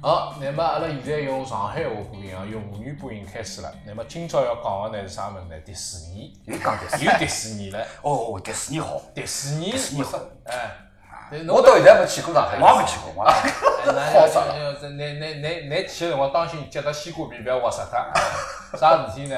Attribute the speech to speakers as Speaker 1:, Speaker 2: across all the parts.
Speaker 1: 好，那么阿拉现在用上海话播音啊，用沪语播音开始了。那么今朝要讲的呢是啥物事呢？迪士尼，
Speaker 2: 又讲迪士尼
Speaker 1: 又，迪士尼了。
Speaker 2: 哦，迪士尼好，
Speaker 1: 迪士尼，
Speaker 2: 士尼好啊
Speaker 1: 哎，对侬
Speaker 3: 我到现在没去过上海。
Speaker 2: 我也没去过，我也没去过。
Speaker 1: 好啥
Speaker 2: 啊
Speaker 1: 了？那那那那那去的辰光，当心接到西瓜皮，不要挖死它。啥事体呢？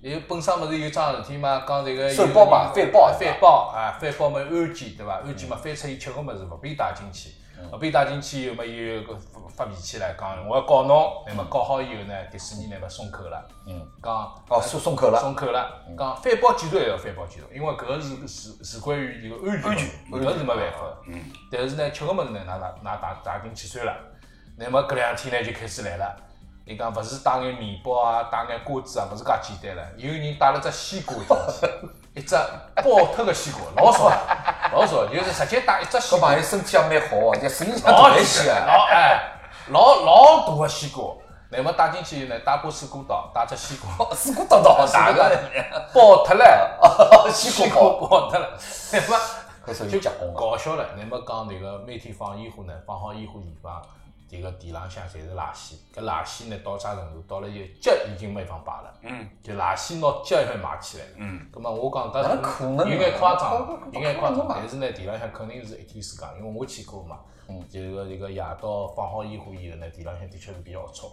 Speaker 1: 有本身勿是有桩事体嘛，讲这个
Speaker 3: 受包嘛
Speaker 1: 有
Speaker 3: 翻包
Speaker 1: 翻包啊，翻包嘛安检对伐？安检嘛翻出伊吃个物事，勿被带进去，勿被带进去以后嘛，伊有个发脾气来讲我要告侬，那么告好以后呢，迪士尼呢嘛松口了，
Speaker 3: 嗯，
Speaker 1: 讲
Speaker 3: 哦，松松口了。
Speaker 1: 松口了，讲翻包几段也要翻包几段，因为搿个是是是关于一个安全问题，搿是没办法的。嗯。但是呢，吃个物事呢，㑚㑚㑚带带进去算了。那么搿两天呢就开始来了，伊讲勿是带眼面包啊，带眼瓜子啊，勿是介简单了。有人带了只西瓜进 去，一只爆脱个西瓜，老 少老少，就是直接带一只西
Speaker 3: 搿
Speaker 1: 瓜
Speaker 3: 朋。友身体也蛮好哦，
Speaker 2: 啊
Speaker 3: 在水里向
Speaker 1: 老
Speaker 3: 大
Speaker 1: 厉
Speaker 3: 一些
Speaker 1: 害，
Speaker 3: 啊。
Speaker 1: 老哎，老老大个西瓜。那么带进去以后呢，带把水果刀，带只西瓜，
Speaker 3: 水果倒
Speaker 1: 大
Speaker 3: 倒，水
Speaker 2: 啊
Speaker 3: 果
Speaker 1: 个
Speaker 3: 倒
Speaker 1: 爆脱了。
Speaker 3: 倒，
Speaker 1: 西
Speaker 3: 西
Speaker 1: 瓜
Speaker 3: 瓜包，
Speaker 1: 爆脱了，那么
Speaker 3: 搿属于
Speaker 1: 就
Speaker 3: 结棍了。
Speaker 1: 搞笑了。那么讲迭个每天放烟花呢，放好烟花地方，迭个地浪向侪是垃圾。搿垃圾呢到啥程度？到了有脚已经没地方摆了，
Speaker 2: 嗯，
Speaker 1: 就垃圾拿脚一块埋起来。
Speaker 2: 嗯，
Speaker 1: 葛末我讲
Speaker 3: 哪能可能
Speaker 1: 搿
Speaker 3: 呢
Speaker 1: 有眼夸张
Speaker 3: 搿，搿
Speaker 1: 有眼夸
Speaker 3: 搿
Speaker 1: 张
Speaker 3: 搿，
Speaker 1: 但是呢地浪向肯定是一天世界，因为我去过嘛。嗯，就是个这个夜到放好烟花以后呢，地浪向的确是比较龌龊。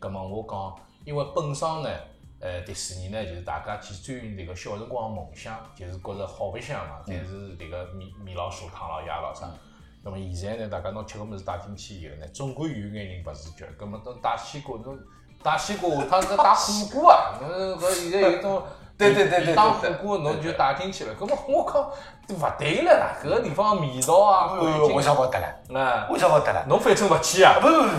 Speaker 1: 葛么我讲，因为本身呢，呃，迪士尼呢，就是大家去追寻这个小辰光的梦想，就是觉着好白相
Speaker 3: 嗯
Speaker 1: 嘛，侪是这个米米老鼠、唐老鸭咯啥。那么现在呢，大家拿吃个物事带进去以后呢，总归有眼人勿自觉。葛么侬带西瓜，侬带西瓜下趟是带火锅啊， 侬搿现在有一种
Speaker 3: 对对对对对对
Speaker 1: 打火锅侬就带进去了。葛么我靠，勿对了啦，搿个地方味道啊，
Speaker 3: 哎
Speaker 1: 环
Speaker 2: 呃，
Speaker 1: 境
Speaker 2: 我想不得了，
Speaker 1: 啊，
Speaker 2: 我想不得了。
Speaker 1: 侬反正勿去啊
Speaker 3: 嗯
Speaker 2: 不。不不不，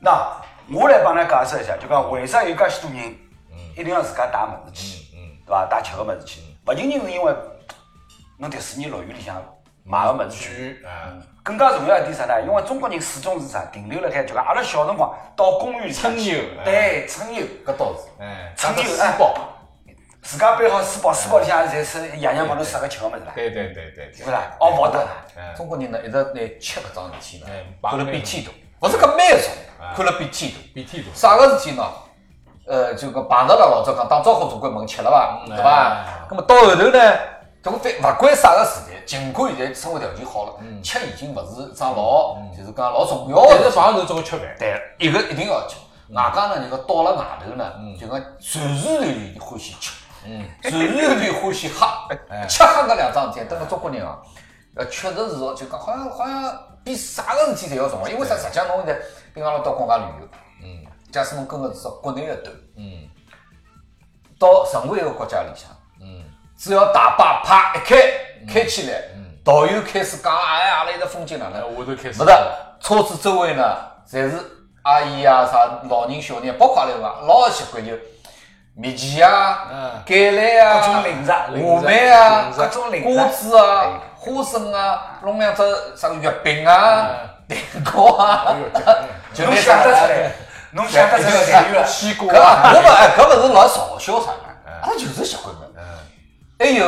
Speaker 2: 那我来帮㑚解释一下，就讲为啥有介许多人一定要自家带物事去，对伐？带吃个物事去，勿仅仅是因为侬迪士尼乐园里向买个物事去。
Speaker 1: 去啊，
Speaker 2: 更加重要一点啥呢？因为中国人始终是啥，停留辣海就讲阿拉小辰光到公园里向去
Speaker 1: 春游
Speaker 2: 对，春游，
Speaker 3: 搿倒是。
Speaker 1: 哎，
Speaker 2: 春
Speaker 1: 当
Speaker 2: 游
Speaker 1: 个
Speaker 2: 哎
Speaker 1: 书包，
Speaker 2: 自家背好书包，书包里向侪是爷娘帮侬塞个吃个物事啦，
Speaker 1: 对对对对对
Speaker 2: 是，啦，哦，勿得啦，
Speaker 1: 哎
Speaker 3: 中国人呢，一直拿吃搿桩事体呢
Speaker 1: 哎，
Speaker 3: 看了比天大，勿是搿蛮重，看了比天大。
Speaker 1: 比天大，
Speaker 3: 啥个事体呢？呃，就搿碰到了老早讲打招呼总归问吃了伐，
Speaker 1: 嗯
Speaker 3: 对伐
Speaker 1: 哎？
Speaker 3: 那么到后头呢，总归勿管啥个时代，尽管现在生活条件好了，
Speaker 1: 嗯
Speaker 3: 吃已经勿是桩老，就是讲老重要
Speaker 1: 但
Speaker 3: 的
Speaker 1: 是
Speaker 3: 事体，
Speaker 1: 碰头总归吃饭，
Speaker 3: 但一个一定要吃。
Speaker 1: 嗯
Speaker 3: 外加呢，人家到了外头呢，就讲传传流流欢喜吃，
Speaker 1: 嗯
Speaker 3: 传传流流欢喜
Speaker 1: 哎
Speaker 3: 喝，吃喝搿两桩事体，等个中国人啊，呃，确实是哦就讲好像好像比啥个事体侪要重要，因为啥？实际上侬现在，比方讲到国外旅游，
Speaker 1: 嗯
Speaker 3: 假使侬跟个至少国内的团，
Speaker 1: 嗯
Speaker 3: 到任何一个国家里向，
Speaker 1: 嗯，
Speaker 3: 只要大巴啪一开开起来，
Speaker 1: 嗯
Speaker 3: 导游开始讲哎呀，阿拉现在风景哪
Speaker 1: 哎，
Speaker 3: 能？
Speaker 1: 我都开始，
Speaker 3: 勿是，车子周围呢，侪是阿姨啊、啥老人、小人，包括阿拉个老习惯就蜜饯啊
Speaker 1: 嗯、
Speaker 3: 橄榄啊、
Speaker 2: 各种零食
Speaker 3: 话梅啊
Speaker 1: 零、食
Speaker 3: 各种零瓜子啊、花生啊，弄两只啥个月饼啊、蛋糕啊
Speaker 1: 哎，呦，真的
Speaker 3: 就
Speaker 2: 侬
Speaker 3: 拿
Speaker 2: 想
Speaker 3: 啥
Speaker 2: 得出 来，侬想得出来侪有了。
Speaker 1: 西
Speaker 3: 搿勿
Speaker 1: 瓜啊，
Speaker 3: 哎搿勿是老嘲笑啥个，阿拉就是习惯个。还有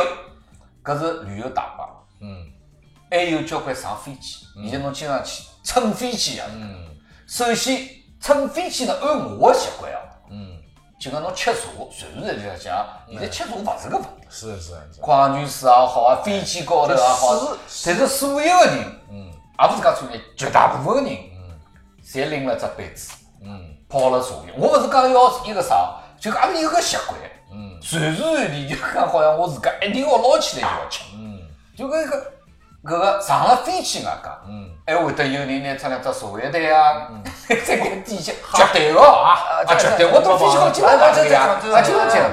Speaker 3: 搿是旅游大巴，
Speaker 1: 嗯，
Speaker 3: 还有交关上飞机。现在侬经常去乘飞机啊，
Speaker 1: 嗯
Speaker 3: 首先乘飞机呢，按我个习惯哦，
Speaker 1: 嗯，
Speaker 3: 就讲侬吃茶，随时在就讲，现在吃茶勿是个问题，
Speaker 1: 是是是，
Speaker 3: 嗯矿泉水也好啊，飞机高头也好，但哎是所有个人，嗯，也勿是讲所有人，绝大部分个人，嗯，侪拎了只杯子。
Speaker 1: 嗯
Speaker 3: 泡了茶叶。我勿是讲要一个啥，就讲阿拉有个习惯，
Speaker 1: 嗯
Speaker 3: 随时随地就讲好像我自家一定要捞起来就要吃，
Speaker 1: 嗯
Speaker 3: 就搿个搿个上了飞机外加，
Speaker 1: 嗯，
Speaker 3: 还会哎得有人拿出两只茶叶蛋啊， 再给底 下绝对个啊，啊绝对，我到飞机高头基本上这样，啊经常这样。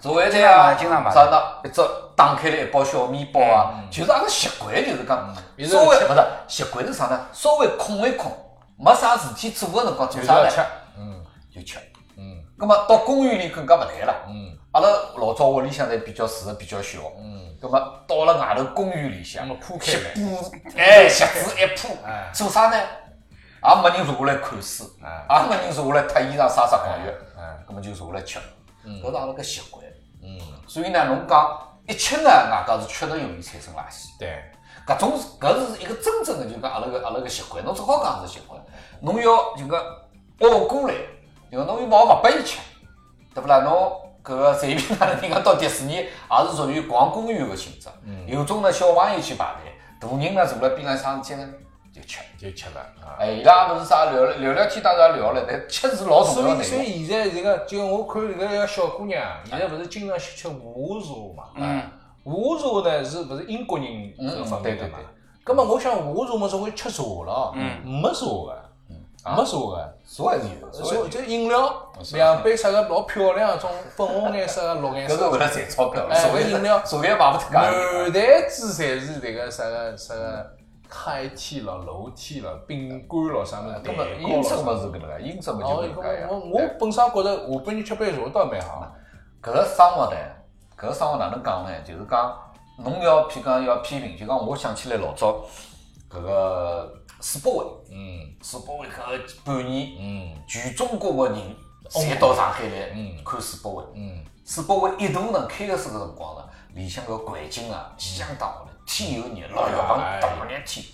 Speaker 3: 茶叶蛋啊，啥呢？一只打开来一包小面包啊，就是阿拉习惯，就是讲稍微勿是习惯是啥呢？稍微空一空，没啥事体做个辰光做
Speaker 1: 就是
Speaker 3: 啥
Speaker 1: 要
Speaker 3: 呢
Speaker 1: 吃？，嗯
Speaker 3: 就吃。
Speaker 1: 嗯
Speaker 3: 咁么到公园里更加勿谈了。
Speaker 1: 嗯，
Speaker 3: 阿拉老早屋里向侪比较住的比较小，
Speaker 1: 嗯，
Speaker 3: 咁么到了外头公园里向
Speaker 1: 那，么铺开来，
Speaker 3: 铺哎，席子一铺
Speaker 1: 哎，
Speaker 3: 做啥呢？啊也没人坐下来看书，
Speaker 1: 哎
Speaker 3: 也没人坐下来脱衣裳、晒晒光浴，
Speaker 1: 哎，
Speaker 3: 咁么就坐下来吃，搿是阿拉个习惯。
Speaker 1: 嗯，
Speaker 3: 所以呢，侬讲一吃呢，外加是确实容易产生垃圾。
Speaker 1: 对，
Speaker 4: 搿种是搿是一个真正的就讲阿拉个阿拉个习惯，侬只好讲是习惯。侬要就讲熬过来，就讲侬又冇勿拨伊吃，对勿啦？侬搿个随便哪能人家到迪士尼，也是属于逛公园个性质。
Speaker 3: 嗯
Speaker 4: 有种呢小朋友去排队，大人呢坐辣边浪向去呢就吃。
Speaker 1: 就吃了啊。
Speaker 4: 哎，伊拉勿是啥聊聊聊天，当然也聊了，但吃是老重
Speaker 1: 哦所以，
Speaker 4: 要的一
Speaker 1: 所
Speaker 4: 个。
Speaker 1: 以现在这个，就我看这个小姑娘，现在不是经常去吃五花茶嘛？嗯，五花茶呢是不是英国人搿方面的嘛
Speaker 4: 嗯对对对？
Speaker 1: 咁么我想五花茶么总归吃茶了，没茶个，没茶个，
Speaker 4: 所还是有的，嗯啊所
Speaker 1: 所以
Speaker 4: 以
Speaker 1: 就饮料两杯啥个老漂亮，种粉红颜色个、绿颜
Speaker 4: 搿 是
Speaker 1: 色个，
Speaker 4: 为了赚钞票，
Speaker 1: 哎
Speaker 4: 所谓
Speaker 1: 为饮料
Speaker 4: 所谓买勿脱
Speaker 1: 满
Speaker 4: 价。
Speaker 1: 台子侪是这个啥个啥个开天了、楼梯了、饼干了啥么子，
Speaker 4: 根本英式么是搿能介，英式么啊就
Speaker 1: 哦，
Speaker 4: 搿能介呀。
Speaker 1: 我我本身觉着下半日吃杯茶倒蛮好。
Speaker 4: 搿个生活呢，搿个生活哪能讲呢？就是讲，侬要譬如讲要批评，就讲我想起来老早搿个世博会，
Speaker 1: 嗯
Speaker 4: 世博会搿个半年，
Speaker 1: 嗯
Speaker 4: 全中国个人侪到上海来
Speaker 1: 嗯
Speaker 4: 看世博会。
Speaker 1: 嗯
Speaker 4: 世博会一大呢开个是个辰光呢，里向搿环境啊，几相当好嘞，天又热，六月份
Speaker 1: 哎
Speaker 4: 大热天。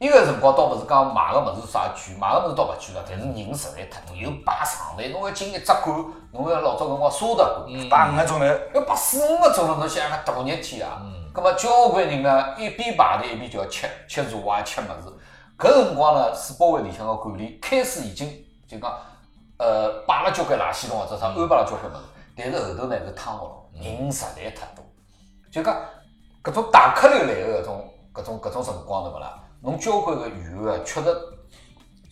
Speaker 4: 伊个辰光倒勿是讲买个物事啥贵，买个物事倒勿贵了，但是人实在太多，又排长队，侬要进一只馆，侬要老早辰光沙特馆，
Speaker 3: 排五个钟头，
Speaker 4: 要排四五个钟头，侬想想搿大热天啊，
Speaker 1: 嗯
Speaker 4: 葛末交关人呢一边排队一边就要吃吃茶啊吃物事。搿辰光呢，世博会里向个管理开始已经就讲呃摆了交关垃圾桶或者啥安排了交关物事，
Speaker 1: 嗯
Speaker 4: 但是后头呢搿汤好了，人实在太多，就讲搿种大客流来个搿种搿种搿种辰光对勿啦？侬交关个演员啊，确实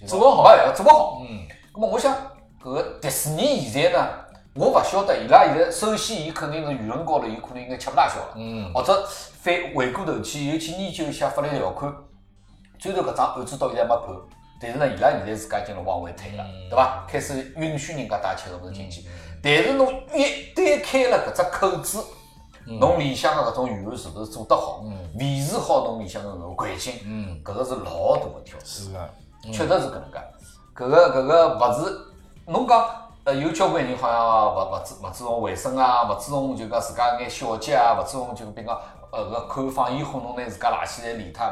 Speaker 4: 就
Speaker 1: 做勿好
Speaker 4: 哎，做勿好。
Speaker 1: 嗯
Speaker 4: 咁么我想，搿个迪士尼现在呢，我勿晓得伊拉现在，首先伊肯定是舆论高头，伊可能应该吃勿大消了，
Speaker 1: 嗯
Speaker 4: 或者反回过头去又去研究一下法律条款。最后搿桩案子到现在没判，但是呢，伊拉现在自家已经辣往回退了，
Speaker 1: 嗯
Speaker 4: 对伐？开始允许人家带吃个物事进去，但是侬一旦开了搿只口子。
Speaker 1: 嗯
Speaker 4: 侬里向个搿种语言是勿是做得好，维持好侬里向个搿种环境，
Speaker 1: 嗯，
Speaker 4: 搿个是老大个挑战。
Speaker 1: 是的，
Speaker 4: 确实是搿能介。搿个搿个勿是，侬讲呃有交关人好像勿勿注勿注重卫生啊，勿注重就讲自家眼小节啊，勿注重就比如讲呃搿看放烟火，侬拿自家垃圾侪理脱，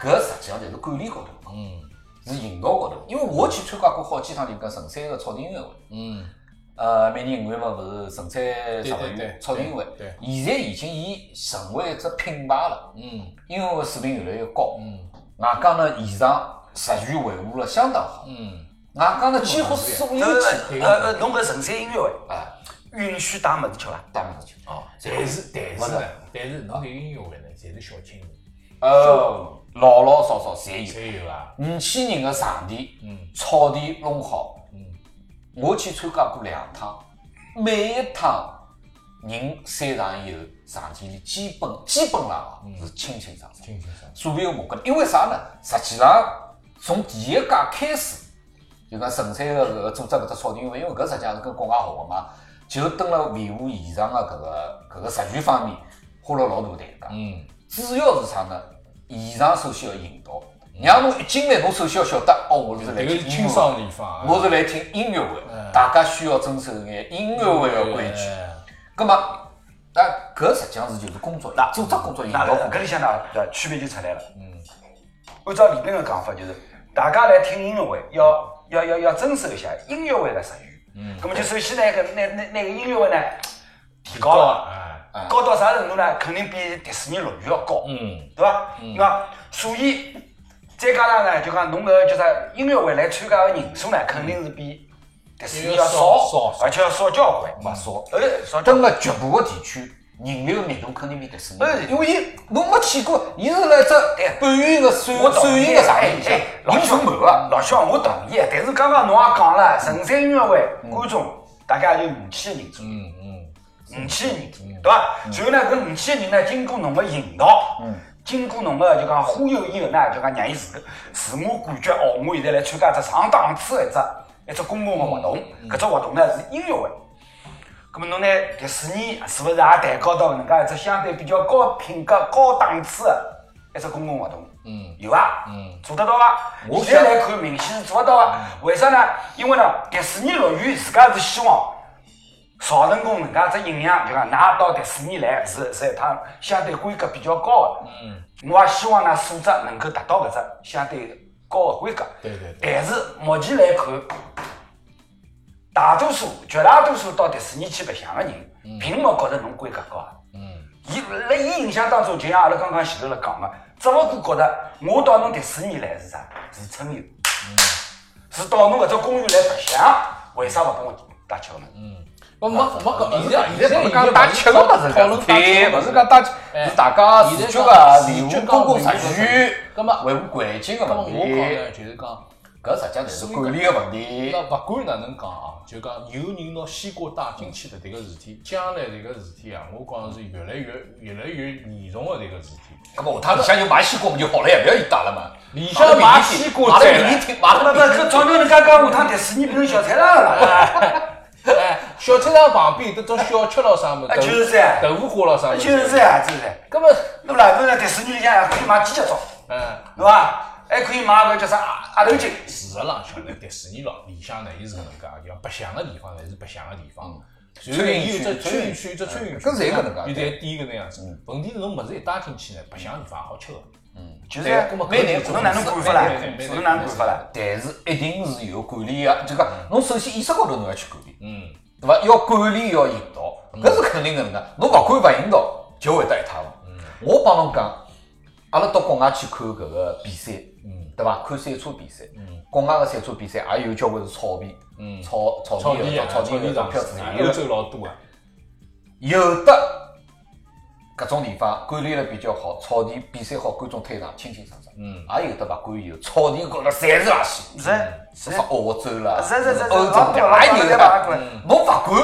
Speaker 4: 搿实际上侪是管理高头个问
Speaker 1: 嗯
Speaker 4: 题，是引导高头。因为我去参加过好几趟就讲神山个草地音乐会，
Speaker 1: 嗯
Speaker 4: 呃每年五月份勿是神山
Speaker 1: 对
Speaker 4: 植物
Speaker 1: 对对
Speaker 4: 园草地音乐会
Speaker 1: 对，
Speaker 4: 现在已经已成为一只品牌了，
Speaker 1: 嗯
Speaker 4: 音乐会水平越来越高，
Speaker 1: 嗯
Speaker 4: 外加呢现场秩序维护了相当好。
Speaker 1: 嗯，
Speaker 4: 外加呢，几乎所有
Speaker 3: 呃
Speaker 4: 的
Speaker 3: 呃呃，侬搿神山音乐会
Speaker 4: 啊，
Speaker 3: 允许带物事吃伐？
Speaker 4: 带勿出去。
Speaker 3: 哦，
Speaker 1: 但是但
Speaker 4: 不
Speaker 1: 是
Speaker 4: 是
Speaker 1: 呢，但是侬搿音乐会呢，侪是小青年，
Speaker 4: 呃，老老少少侪有。
Speaker 1: 侪有啊，
Speaker 4: 五千人的场地，
Speaker 1: 嗯
Speaker 4: 草地弄好。
Speaker 1: 嗯
Speaker 4: 我去参加过两趟，每一趟人散场以后，场地里基本基本上啊是清清爽爽，
Speaker 1: 清清爽，
Speaker 4: 所有目光。因为啥呢？实际上从第一届开始，就讲纯粹的搿个组织搿只草地，因为因为搿实际上是跟国外学个嘛，就蹲辣维护现场的搿个搿个秩序方面花了老大代价。
Speaker 1: 嗯
Speaker 4: 主要是啥呢？现场首先要引导，让侬一进来，侬首先要晓得，哦，我是来
Speaker 1: 迭
Speaker 4: 听
Speaker 1: 个是
Speaker 4: 音
Speaker 1: 清
Speaker 4: 乐会
Speaker 1: 爽，地方啊，
Speaker 4: 我是来听音乐会，
Speaker 3: 嗯
Speaker 4: 大家需要遵守眼音乐会的规矩。
Speaker 1: 哎
Speaker 4: 葛么，那搿实际上是就是工作，
Speaker 3: 那
Speaker 4: 组织工作引
Speaker 3: 那
Speaker 4: 导工
Speaker 3: 搿
Speaker 4: 作。
Speaker 3: 搿里向呢，对吧区别就出来了。嗯，按照李斌个讲法，就是大家来听音乐会，要要要要遵守一下音乐会的秩序。嗯，那么就首先呢，搿那那那个音乐会呢，提高
Speaker 1: 高
Speaker 3: 了，
Speaker 1: 啊，
Speaker 4: 哎
Speaker 3: 高到啥程度呢？肯定比迪士尼乐园要高。
Speaker 1: 嗯
Speaker 3: 对伐？那所以再加上呢，就讲侬搿叫啥音乐会来参加的人数呢，肯定是比迪士尼要
Speaker 1: 少
Speaker 3: 少
Speaker 1: 少，嗯
Speaker 3: 而且要少交关，
Speaker 4: 勿少
Speaker 3: 哎，少交
Speaker 4: 蹲
Speaker 3: 关。
Speaker 4: 辣局部个地区，人流密度肯定比迪士尼
Speaker 3: 哎。
Speaker 4: 因为伊侬没去过，伊是辣只半圆个扇
Speaker 3: 我同
Speaker 4: 扇
Speaker 3: 意
Speaker 4: 形个场地
Speaker 3: 哎
Speaker 4: 里向
Speaker 3: 哎，，老
Speaker 4: 人
Speaker 3: 兄
Speaker 4: 全满个。
Speaker 3: 老兄，我同意。但是刚刚侬也讲了，神山音乐会观众大概也有五千人左右，
Speaker 1: 嗯嗯
Speaker 3: 五千人左右，对伐？然后呢，搿五千人呢，经过侬个引导，经过侬个就讲忽悠以后呢，就讲让伊自个自我感觉哦，我现在来参加一只上档次的一只一只公共个活动，搿只活动呢是音乐会。咁么侬拿迪士尼啊是勿是也抬高到搿能介一只相对比较高品格、高档次的一只公共活动？
Speaker 1: 嗯
Speaker 3: 有伐？
Speaker 1: 嗯，
Speaker 3: 做得到伐？
Speaker 4: 我
Speaker 3: 现在
Speaker 4: 想
Speaker 3: 来看，明显是做勿到啊。为啥呢？因为呢，迪士尼乐园自家是希望造成功人家只印象，就讲㑚到迪士尼来是是一趟相对规格比较高的。嗯。我也希望㑚素质能够达到搿只相对高的规格。
Speaker 1: 对对对。
Speaker 3: 但是目前来看，大多数、绝大多数到迪士尼去白相的人，并没觉着侬规格高。
Speaker 1: 嗯。
Speaker 3: 伊辣伊印象当中，就像阿拉刚刚前头辣讲个，只勿过觉着我到侬迪士尼来是啥？是春游，是到侬搿只公园来白相，为啥勿拨我带吃个物事？
Speaker 1: 不没没搿，现在
Speaker 4: 现在勿是讲带吃
Speaker 1: 个
Speaker 4: 个物事
Speaker 1: 讨
Speaker 4: 搿
Speaker 1: 论
Speaker 4: 事体，勿是讲带吃，是大家自觉个维护公共秩序、
Speaker 1: 葛末
Speaker 4: 维护环境个
Speaker 1: 那么
Speaker 4: 问
Speaker 1: 我讲
Speaker 4: 题
Speaker 1: 呢，，就是讲，
Speaker 4: 搿实际上就是管理个问题
Speaker 1: 那。勿管哪能讲啊，就讲有人拿西瓜带进去的迭个事体，将来迭个事体啊，我讲是越来越越来越严重的迭个事体。
Speaker 4: 搿么下趟里向就买西瓜勿就好了呀？勿要伊带了嘛。
Speaker 1: 里向买西瓜
Speaker 4: 买
Speaker 1: 再
Speaker 4: 了
Speaker 1: 来
Speaker 4: 迷你厅，买
Speaker 3: 那
Speaker 4: 了
Speaker 3: 么搿早头人家讲下趟迪士尼变成小菜场了，
Speaker 1: 哎，小菜场旁边都种小吃咯啥么，
Speaker 3: 哎
Speaker 1: 豆
Speaker 3: 就是噻
Speaker 1: 豆腐花咯啥么，
Speaker 3: 就是呀，就是呀。
Speaker 1: 葛末，
Speaker 3: 那么啦，不然迪士尼里向还可以买鸡脚爪，
Speaker 1: 嗯。
Speaker 3: 对伐？还可以买搿叫啥鸭鸭头颈。
Speaker 1: 事实浪向呢，迪士尼老里向呢，伊是搿能介，就讲白相个地方呢是白相个地方。然后呢，伊有只
Speaker 4: 穿
Speaker 1: 穿
Speaker 4: 越区
Speaker 1: 越区，有只穿越区，
Speaker 4: 搿是一个能介
Speaker 1: 有在低搿能样子。问题是侬物事一带进去呢，白相地方也好吃个。
Speaker 3: 就是呀
Speaker 1: 对，葛末
Speaker 4: 每年
Speaker 3: 侬哪能管法啦
Speaker 1: 每年？
Speaker 3: 侬哪能管法啦？
Speaker 4: 但是一定是有管理个，就讲侬首先意识高头侬要去管理，
Speaker 1: 嗯，
Speaker 4: 对伐？要管理要引导，搿是肯定搿能介。侬勿管勿引导，就会得一塌糊
Speaker 1: 嗯
Speaker 4: 涂。我帮侬讲，阿拉到国外去看搿个比赛，
Speaker 1: 嗯，
Speaker 4: 对伐？看赛车比赛，国外个赛车比赛也有交关是草皮，
Speaker 1: 嗯
Speaker 4: 草
Speaker 1: 草
Speaker 4: 草皮
Speaker 1: 地
Speaker 4: 有
Speaker 1: 啊，
Speaker 4: 草
Speaker 1: 草
Speaker 4: 地有
Speaker 1: 地
Speaker 4: 张
Speaker 1: 上
Speaker 4: 票子
Speaker 1: 啊，
Speaker 4: 有
Speaker 1: 欧
Speaker 4: 的
Speaker 1: 洲老多啊。
Speaker 4: 有的搿种地方管理了比较好，草地比赛好，观众退场清清爽爽。
Speaker 1: 嗯，
Speaker 4: 也有的勿管有，草地高头啊侪是垃圾，
Speaker 3: 是
Speaker 4: 什
Speaker 3: 是
Speaker 4: 么澳洲啦，
Speaker 3: 是是是
Speaker 4: 欧洲
Speaker 3: 老多老
Speaker 4: 啦，
Speaker 3: 多
Speaker 4: 也有的
Speaker 3: 老多
Speaker 4: 啦。侬勿管，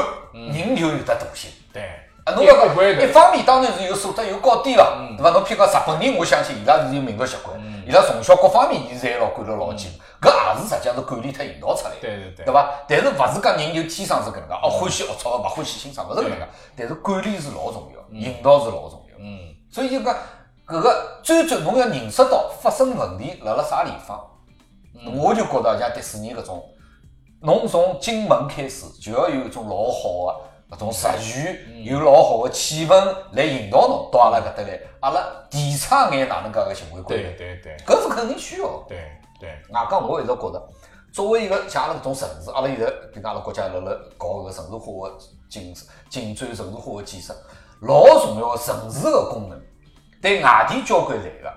Speaker 4: 人就有得大心。
Speaker 1: 对。
Speaker 4: 啊，侬要
Speaker 1: 一个规
Speaker 4: 讲，
Speaker 1: 矩
Speaker 4: 一方面当然是有素质有高低了，对伐？侬譬如讲日本人，我相信伊拉是有民族习惯，伊拉从小各方面伊侪老管得老紧，搿也是实际上是管理特引导出来的，
Speaker 1: 对对对嗯
Speaker 4: 对伐？但是勿是讲人就天生是搿能介，哦欢喜学草，勿欢喜欣赏，勿是搿能介。但是管理是老重要，引导是老重要。
Speaker 1: 嗯，
Speaker 4: 所以就讲搿个最终侬要认识到发生问题辣辣啥地方。
Speaker 1: 嗯
Speaker 4: 我就觉得像迪士尼搿种，侬从进门开始就要有一种老好的搿种食
Speaker 1: 嗯
Speaker 4: 欲，有老好的气氛来引导侬到阿拉搿搭来，阿拉提倡眼哪能介个行为规
Speaker 1: 对
Speaker 4: 范，
Speaker 1: 对对
Speaker 4: 搿是肯定需要的。
Speaker 1: 对对。
Speaker 4: 外加我一直觉得，作为一个像阿拉搿种城市，阿拉现在比如讲阿拉国家辣辣搞搿个城市化的进进展城市化的建设，老重要的城市的功能，对外地交关来个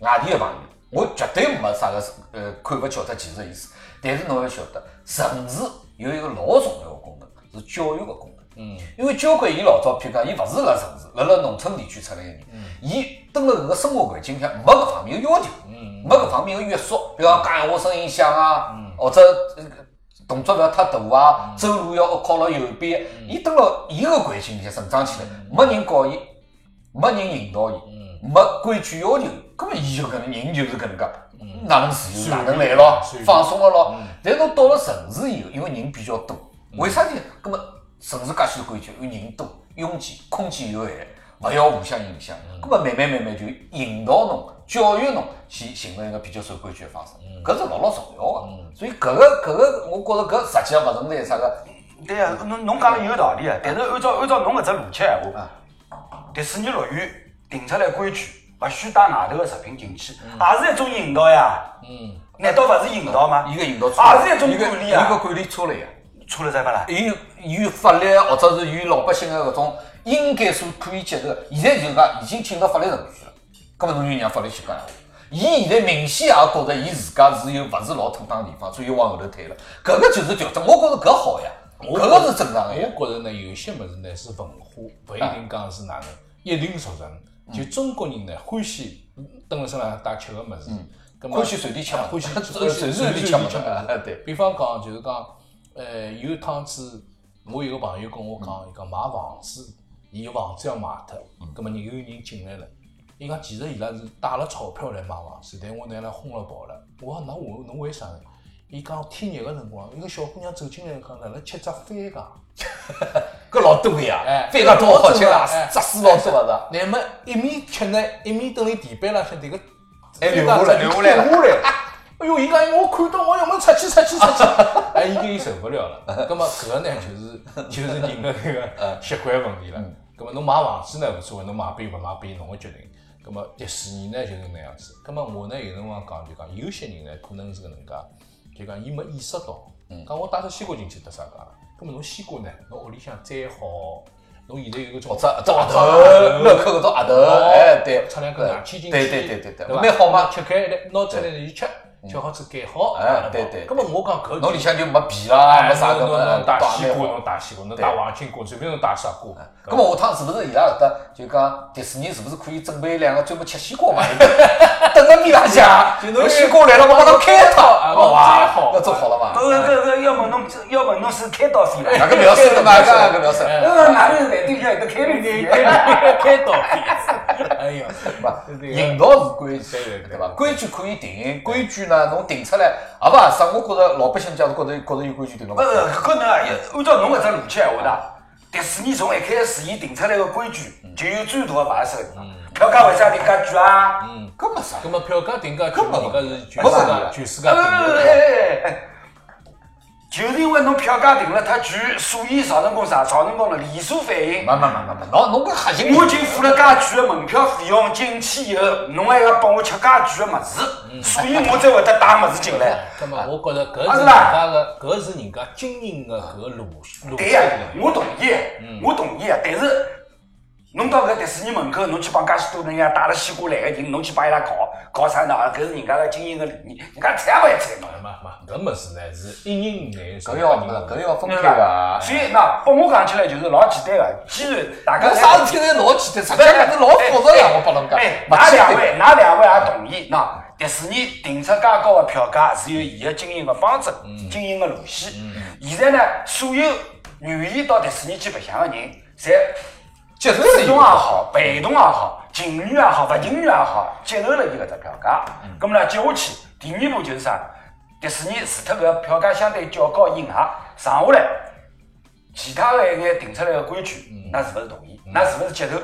Speaker 4: 外地的朋友，我绝对没啥个呃看勿晓得技术意思，但是侬要晓得，城市有一个老重要的功能是教育的功能。
Speaker 1: 嗯
Speaker 4: 因为交关伊老早，譬如讲，伊勿是辣城市，辣辣农村地区出来个人，伊蹲辣搿个生活环境下没搿方面个要求，没搿方面个约束，比如讲讲闲话声音响啊，或者呃动作勿要太大啊，走路要靠牢右边。伊蹲辣伊个环境里向成长起来，没人教伊，没人引导伊，
Speaker 3: 嗯
Speaker 4: 没规矩要求，葛末伊就搿能人就是搿能介，
Speaker 3: 嗯
Speaker 4: 哪能自由哪能来咯
Speaker 1: 随意，
Speaker 4: 放松个咯。但是侬到了城市以后，因为人比较多，
Speaker 3: 嗯
Speaker 4: 为啥体？葛末城市介许多规矩，因为人多，拥挤，空间有限，勿要互相影响。
Speaker 3: 嗯
Speaker 4: 葛末慢慢慢慢就引导侬、教育侬去形成一个比较守规矩的方式，
Speaker 3: 嗯
Speaker 4: 搿是老老重要个。所以搿个搿个，我觉着搿实际上勿存在啥个。
Speaker 3: 对呀，侬侬讲了有道理啊。但是按照按照侬搿只逻辑闲话，迪士尼乐园定出来规矩，勿许带外头个食品进去，也是一种引导呀。
Speaker 1: 嗯，
Speaker 3: 难道勿是引导吗？
Speaker 4: 伊个引导
Speaker 3: 也是一种
Speaker 4: 伊个
Speaker 3: 管理啊
Speaker 4: 伊个管理错了呀。
Speaker 3: 错了啥勿啦？
Speaker 4: 有有法律或者是有老百姓的搿种应该所可以接受的，现在就是讲已经进到法律程序了，葛末侬就让法律去讲闲话。伊现在明显也觉着伊自家是有勿是老妥当的地方，所以往后头退了。搿个就是调整，我觉着搿好呀，搿个是正常
Speaker 1: 我
Speaker 4: 的呀。
Speaker 1: 觉着呢，有些物事呢是文化，勿一定讲是哪能，一定熟人。
Speaker 4: 嗯
Speaker 1: 就中国人呢，欢喜蹲辣身浪带吃个物事，葛末
Speaker 4: 嗯欢喜随地吃物事
Speaker 1: 欢喜
Speaker 4: 随随随地吃物事哎对
Speaker 1: 比方讲，就是讲，呃，有趟子，我有个朋友跟我讲，伊讲买房子，伊房子要卖脱，
Speaker 4: 嗯
Speaker 1: 葛末有人进来了。伊讲其实伊拉是带了钞票来买房子，但我拿伊拉轰了跑了。我讲那我侬为啥呢？伊讲天热个辰光，一个小姑娘走进来讲，辣辣吃只番茄。
Speaker 4: 搿老多呀
Speaker 1: 哎
Speaker 4: 番茄多好吃啊
Speaker 1: 哎，
Speaker 4: 炸丝老多勿是？
Speaker 1: 乃末一面吃呢，一面蹲辣地板浪向迭个，
Speaker 4: 哎流下来流下来了
Speaker 1: 流下来了。哎哟，伊讲我看到我要么出去出去出去，哎，伊就伊受不了 了。葛末搿个呢，就是就是人的搿个 习惯问题了。葛末侬买房子呢无所谓，侬买边勿买边侬个决定。葛末迪士尼呢就是那样子。葛末我呢有辰光讲就讲，有些人呢可能是搿能介，就讲伊没意识到，讲我带只西瓜进去得啥介了。葛末侬西瓜呢，侬屋里向再好。侬现在有个种
Speaker 4: 或者这额头，乐扣搿种额头，
Speaker 1: 哦
Speaker 4: 哎对，
Speaker 1: 出两根牙签进去，
Speaker 4: 对对对对对，
Speaker 1: 伐
Speaker 4: 蛮好嘛。
Speaker 1: 切开来拿出来就吃，吃好子盖好，
Speaker 4: 哎对对
Speaker 1: 葛么啊我讲哎搿
Speaker 4: 侬里向就没皮啦，没啥搿
Speaker 1: 侬
Speaker 4: 么
Speaker 1: 侬打西瓜，
Speaker 4: 瓜
Speaker 1: 侬。打西瓜，侬
Speaker 4: 对哎
Speaker 1: 打黄金瓜，随便侬打啥瓜。
Speaker 4: 咁么下趟是不是伊拉搿搭就讲迪士尼是不是可以准备两个专门吃西瓜嘛？等个边浪向，
Speaker 1: 就侬
Speaker 4: 有西瓜来了，我帮侬开一套，
Speaker 1: 啊
Speaker 4: 好
Speaker 1: 真
Speaker 4: 伐
Speaker 1: 好？
Speaker 4: 搿做好了嘛？
Speaker 3: 搿个搿个要么侬要么侬是开刀费 了，
Speaker 4: 哪个不要收了嘛？搿个不要收。
Speaker 3: 搿个哪能来对象一个开头
Speaker 1: 开
Speaker 3: 费？
Speaker 1: 开刀，哎呀，
Speaker 4: 吧
Speaker 1: 对
Speaker 4: 引导是规矩
Speaker 1: 对对，对
Speaker 4: 对伐？规矩可以定，规矩呢，侬定出来，也勿合适。我觉着老百姓假如觉着觉着有规矩定了
Speaker 3: 不
Speaker 4: 嘛，
Speaker 3: 是，搿能啊，按照侬搿只逻辑闲话啦，迪士尼从一开始伊定出来个规矩，就有最大个排手。票价为啥定介贵啊？
Speaker 4: 搿没啥。
Speaker 1: 葛么票价定价，全
Speaker 4: 本
Speaker 1: 人家是全
Speaker 4: 不
Speaker 1: 世
Speaker 4: 是
Speaker 1: 界全世界顶
Speaker 3: 哎
Speaker 1: 流。
Speaker 3: 哎哎，就是因为侬票价定了太贵，所以造成功啥？造成功了连锁反应。
Speaker 4: 没没没没没，侬侬搿核心
Speaker 3: 我已经付了介贵个门票费用进去以后，侬还要帮我吃介贵个物事，所以我才会得带物事进来。
Speaker 1: 葛么我觉着搿
Speaker 3: 啊
Speaker 1: 是人
Speaker 3: 是吧
Speaker 1: 家个，搿是人家经营个搿个路路
Speaker 3: 对呀、
Speaker 1: 线。
Speaker 3: 我同意，我同意啊。但是，侬到搿迪士尼门口，侬去帮介许多人家带了西瓜来个人，侬去帮伊拉搞搞啥呢？搿是人家个经营个理念，人家睬也勿睬侬。
Speaker 1: 嘛嘛，搿物事呢是一人难，
Speaker 4: 搿
Speaker 1: 搿
Speaker 4: 要没搿要分开个啊。
Speaker 3: 所以，那拨我讲起来就是老简单个。既然大家
Speaker 4: 搿啥事体侪老简单，实际上是老复杂呀，我帮侬讲。
Speaker 3: 哎，
Speaker 4: 勿
Speaker 3: 哪
Speaker 4: 简单
Speaker 3: 两位，哪两位也同意？那迪士尼定出介高的票价是有伊个经营个方针、
Speaker 4: 嗯
Speaker 3: 经营个路线。现在呢，所有愿意到迪士尼去白相个人，侪
Speaker 4: 接受
Speaker 3: 主
Speaker 4: 是
Speaker 3: 动也
Speaker 1: 啊
Speaker 3: 好，被动也好，情愿也好，勿情愿也好，接受了伊搿只票价。咁么呢，接下去第二步就是啥？迪士尼除脱搿票价相对较高以外，剩下来其他的一眼定出来个规矩，那是勿是同意？那是勿是接受？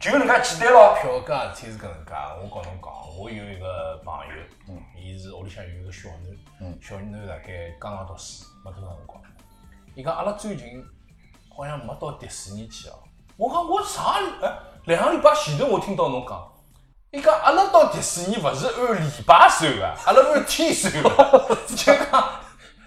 Speaker 3: 就搿能介简单咯。
Speaker 1: 票价事体是搿能介，我跟侬讲，我有一个朋友，伊是屋里向有一个小囡，小囡大概刚刚读书，没多少辰光。伊讲阿拉最近好像没到迪士尼去哦。我讲我啥礼哎，两个礼拜前头我听到侬讲，伊讲阿拉到迪士尼勿是按礼拜算个，阿拉按天算个，就讲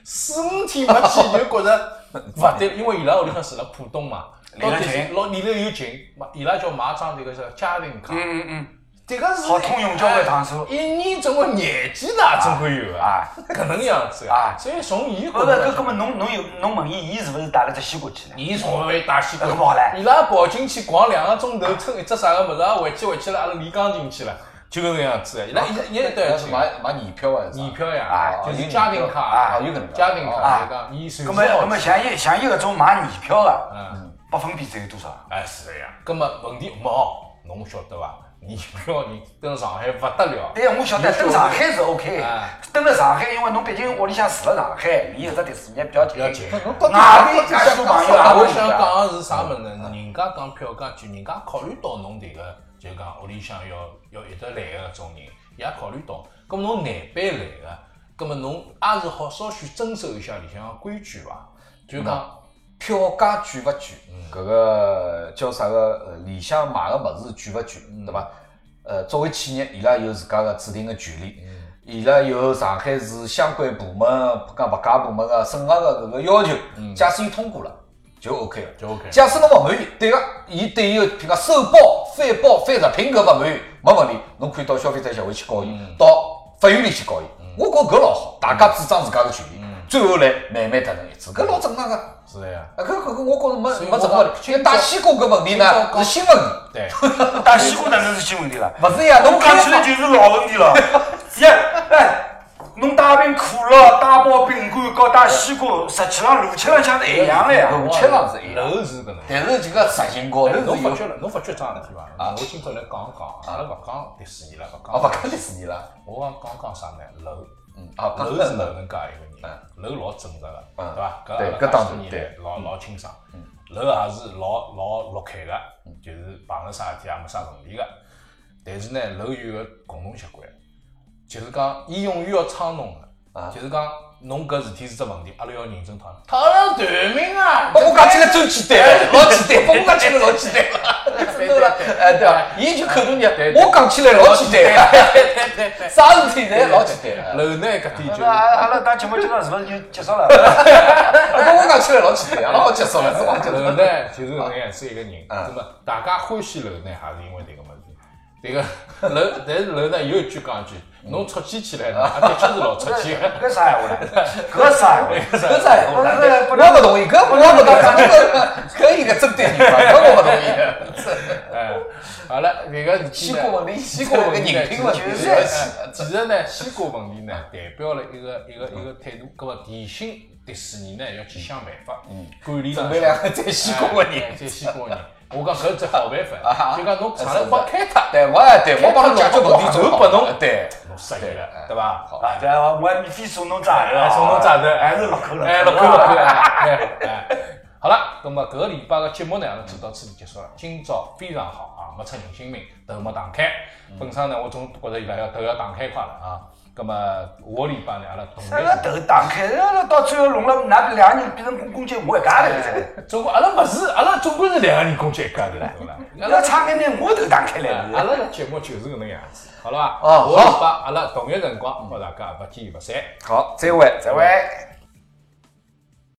Speaker 1: 四五天没去就觉着勿对，因为伊拉屋里向住辣浦东嘛，
Speaker 3: 离
Speaker 1: 到
Speaker 3: 得
Speaker 1: 迪士尼
Speaker 3: 近
Speaker 1: 老离得又近，买伊拉叫买张这个是家庭卡。
Speaker 3: 嗯嗯
Speaker 1: 这个是
Speaker 3: 好通用交关趟数
Speaker 1: 哎一年总归廿几啦，总归有啊，
Speaker 3: 啊
Speaker 1: 搿能样子
Speaker 3: 啊
Speaker 1: 所以从伊
Speaker 3: 嗯，勿是，搿
Speaker 1: 搿
Speaker 3: 搿么侬侬有侬问伊，伊是勿是带了只西瓜去呢？
Speaker 1: 伊从来打西
Speaker 3: 搿好唻
Speaker 1: 伊拉跑进去逛两个钟头，蹭一只啥个物事啊，回去回去了，阿拉李刚进去了，就搿能样子。啊伊拉一一直都要
Speaker 4: 要是
Speaker 1: 去
Speaker 4: 买买年票啊，
Speaker 1: 年票呀
Speaker 4: 啊，
Speaker 1: 就是
Speaker 4: 有
Speaker 1: 家
Speaker 4: 年
Speaker 1: 庭
Speaker 4: 票
Speaker 1: 卡
Speaker 4: 啊有可能
Speaker 1: 家庭
Speaker 3: 啊
Speaker 1: 卡，就讲伊随
Speaker 3: 搿
Speaker 1: 时
Speaker 3: 么搿么
Speaker 1: 好去。
Speaker 3: 像伊像伊搿种买年票个，
Speaker 1: 嗯，
Speaker 3: 百分比只有多少？
Speaker 1: 哎是的呀。搿么问题没，侬晓得伐？年票人登上海勿得了。
Speaker 3: 对，哎我晓得
Speaker 1: 你说
Speaker 3: 登上海是 OK，
Speaker 1: 哎
Speaker 3: 登了上海，因为侬毕竟屋里向住了上海，离有只迪士尼比较近。
Speaker 1: 比较近
Speaker 4: 侬到底
Speaker 3: 外地介许多朋友啊
Speaker 1: 我想讲的是啥物事呢？人家讲票价贵，人家考虑到侬迭个，就讲屋里向要要一直来个搿种人，也考虑到。咁侬难办来个，咁么侬也是好稍许遵守一下里向个规矩伐？就讲
Speaker 4: 票价贵勿贵？
Speaker 1: 嗯
Speaker 4: 搿个叫啥个？呃里向买个物事贵勿
Speaker 1: 嗯
Speaker 4: 贵？对伐？呃，作为企业，伊拉有自家个制定个权利，
Speaker 1: 嗯
Speaker 4: 伊拉有上海市相关部门、讲物价部门个审核个搿个要求。假使伊通过了，就 OK 了。
Speaker 1: 嗯就 OK 了
Speaker 4: 假使侬勿满意，对个，伊对伊个譬如讲收包、翻包、翻食品搿勿满意，没问题，侬可以到消费者协会去告伊，
Speaker 1: 嗯
Speaker 4: 到法院里去告伊。我觉搿老好，大家主张自家个权利，
Speaker 1: 嗯
Speaker 4: 最后来慢慢达成一致，搿老正常个。
Speaker 1: 是的呀。
Speaker 4: 啊，搿搿搿，我觉着
Speaker 1: 所以我
Speaker 4: 没没怎
Speaker 1: 讲
Speaker 4: 么问题。因为打西瓜搿问题呢是新问题，
Speaker 1: 对，
Speaker 3: 打西瓜哪能是新问题了？
Speaker 4: 勿是呀？侬
Speaker 3: 侬讲起来就是老问题 了。呀，哎，侬带瓶可乐、带包饼干和带西瓜，实际上逻辑上讲是一样的
Speaker 1: 啊
Speaker 3: 呀。
Speaker 4: 逻辑上是一样，
Speaker 1: 楼是搿 能。
Speaker 4: 但是就个实行高头
Speaker 1: 侬
Speaker 4: 是
Speaker 1: 发
Speaker 4: 有
Speaker 1: 觉了，侬发觉桩事体伐？我今朝来讲讲，阿拉勿讲迪士尼了，哦勿讲。
Speaker 4: 啊，勿讲迪士尼了，
Speaker 1: 我讲讲讲啥呢？楼。
Speaker 4: 嗯啊，嗯
Speaker 1: 楼是哪能介一个人，楼老正直个，对伐？搿
Speaker 4: 对嗯
Speaker 1: 阿拉
Speaker 4: 搿当
Speaker 1: 介许多年
Speaker 4: 然
Speaker 1: 来老老清爽，楼也是老老落开个，
Speaker 4: 嗯
Speaker 1: 就是碰着啥事体也没啥问题个。但是呢，楼有个共同习惯，就是讲伊永远要撑侬个，
Speaker 4: 啊
Speaker 1: 就是讲侬搿事体是只问题，阿拉要认真讨论。讨论短命啊！
Speaker 4: 我讲起来真简单，老简单，我讲起来老简单了，真的了，哎对伐？伊就口头讲，我讲起来老简单，啥事体侪老简单。
Speaker 1: 楼呢搿点就，
Speaker 3: 啊阿拉当节目今朝是勿是就结束了？
Speaker 4: 我讲起来老简单，老好结束了，是好结束
Speaker 1: 楼呢就是搿能样子一个人，
Speaker 4: 嗯
Speaker 1: 那么大家欢喜楼呢，还是因为迭个物事。这个楼，但是楼呢，有一句讲一句，侬出气起
Speaker 4: 嗯
Speaker 1: 来呢，的确是老出气。
Speaker 3: 搿啥闲话呢？搿啥闲话？
Speaker 4: 搿啥闲话？我不同意，搿我不同意，搿一个针对你嘛，搿我不同意。
Speaker 1: 哎，好了，这个
Speaker 4: 西瓜问题，西瓜问题，人品问题，
Speaker 1: 其实呢，西瓜问题呢，代表了一个一个一个态度，搿么提醒迪士尼呢要去想办法，管理
Speaker 4: 嗯准备两个宰 西瓜的人，
Speaker 1: 宰西瓜人。我讲搿只好办
Speaker 4: 啊
Speaker 1: 法，就讲侬厂了帮开脱，
Speaker 4: 对，我对哎我帮侬解决问题，
Speaker 1: 就拨侬，
Speaker 4: 对，
Speaker 1: 侬适应了，对伐？
Speaker 3: 好，对，哎我还免费哎送侬只盒
Speaker 1: 送侬只盒
Speaker 3: 还是六扣了，
Speaker 1: 哎，六扣六扣，哎哎，好了，那么搿个礼拜个节目呢，阿拉做到此地结束了。今朝非常好啊，没出人性命，头没打开，本身呢，我总觉着伊拉要头要打开快了啊。那么下礼拜呢，阿拉同一
Speaker 3: 个头打开，到最后弄了，㑚两个人变成公公鸡，我一家头
Speaker 1: 噻。总归阿拉勿是，阿拉总归是两个人公鸡一家头，对啦。
Speaker 3: 阿拉差眼呢，我头打开来。
Speaker 1: 阿拉个节目就是搿能样子，好了伐？哦，好。阿拉同一辰光，和大家不见不散。
Speaker 4: 好，再会，
Speaker 3: 再会。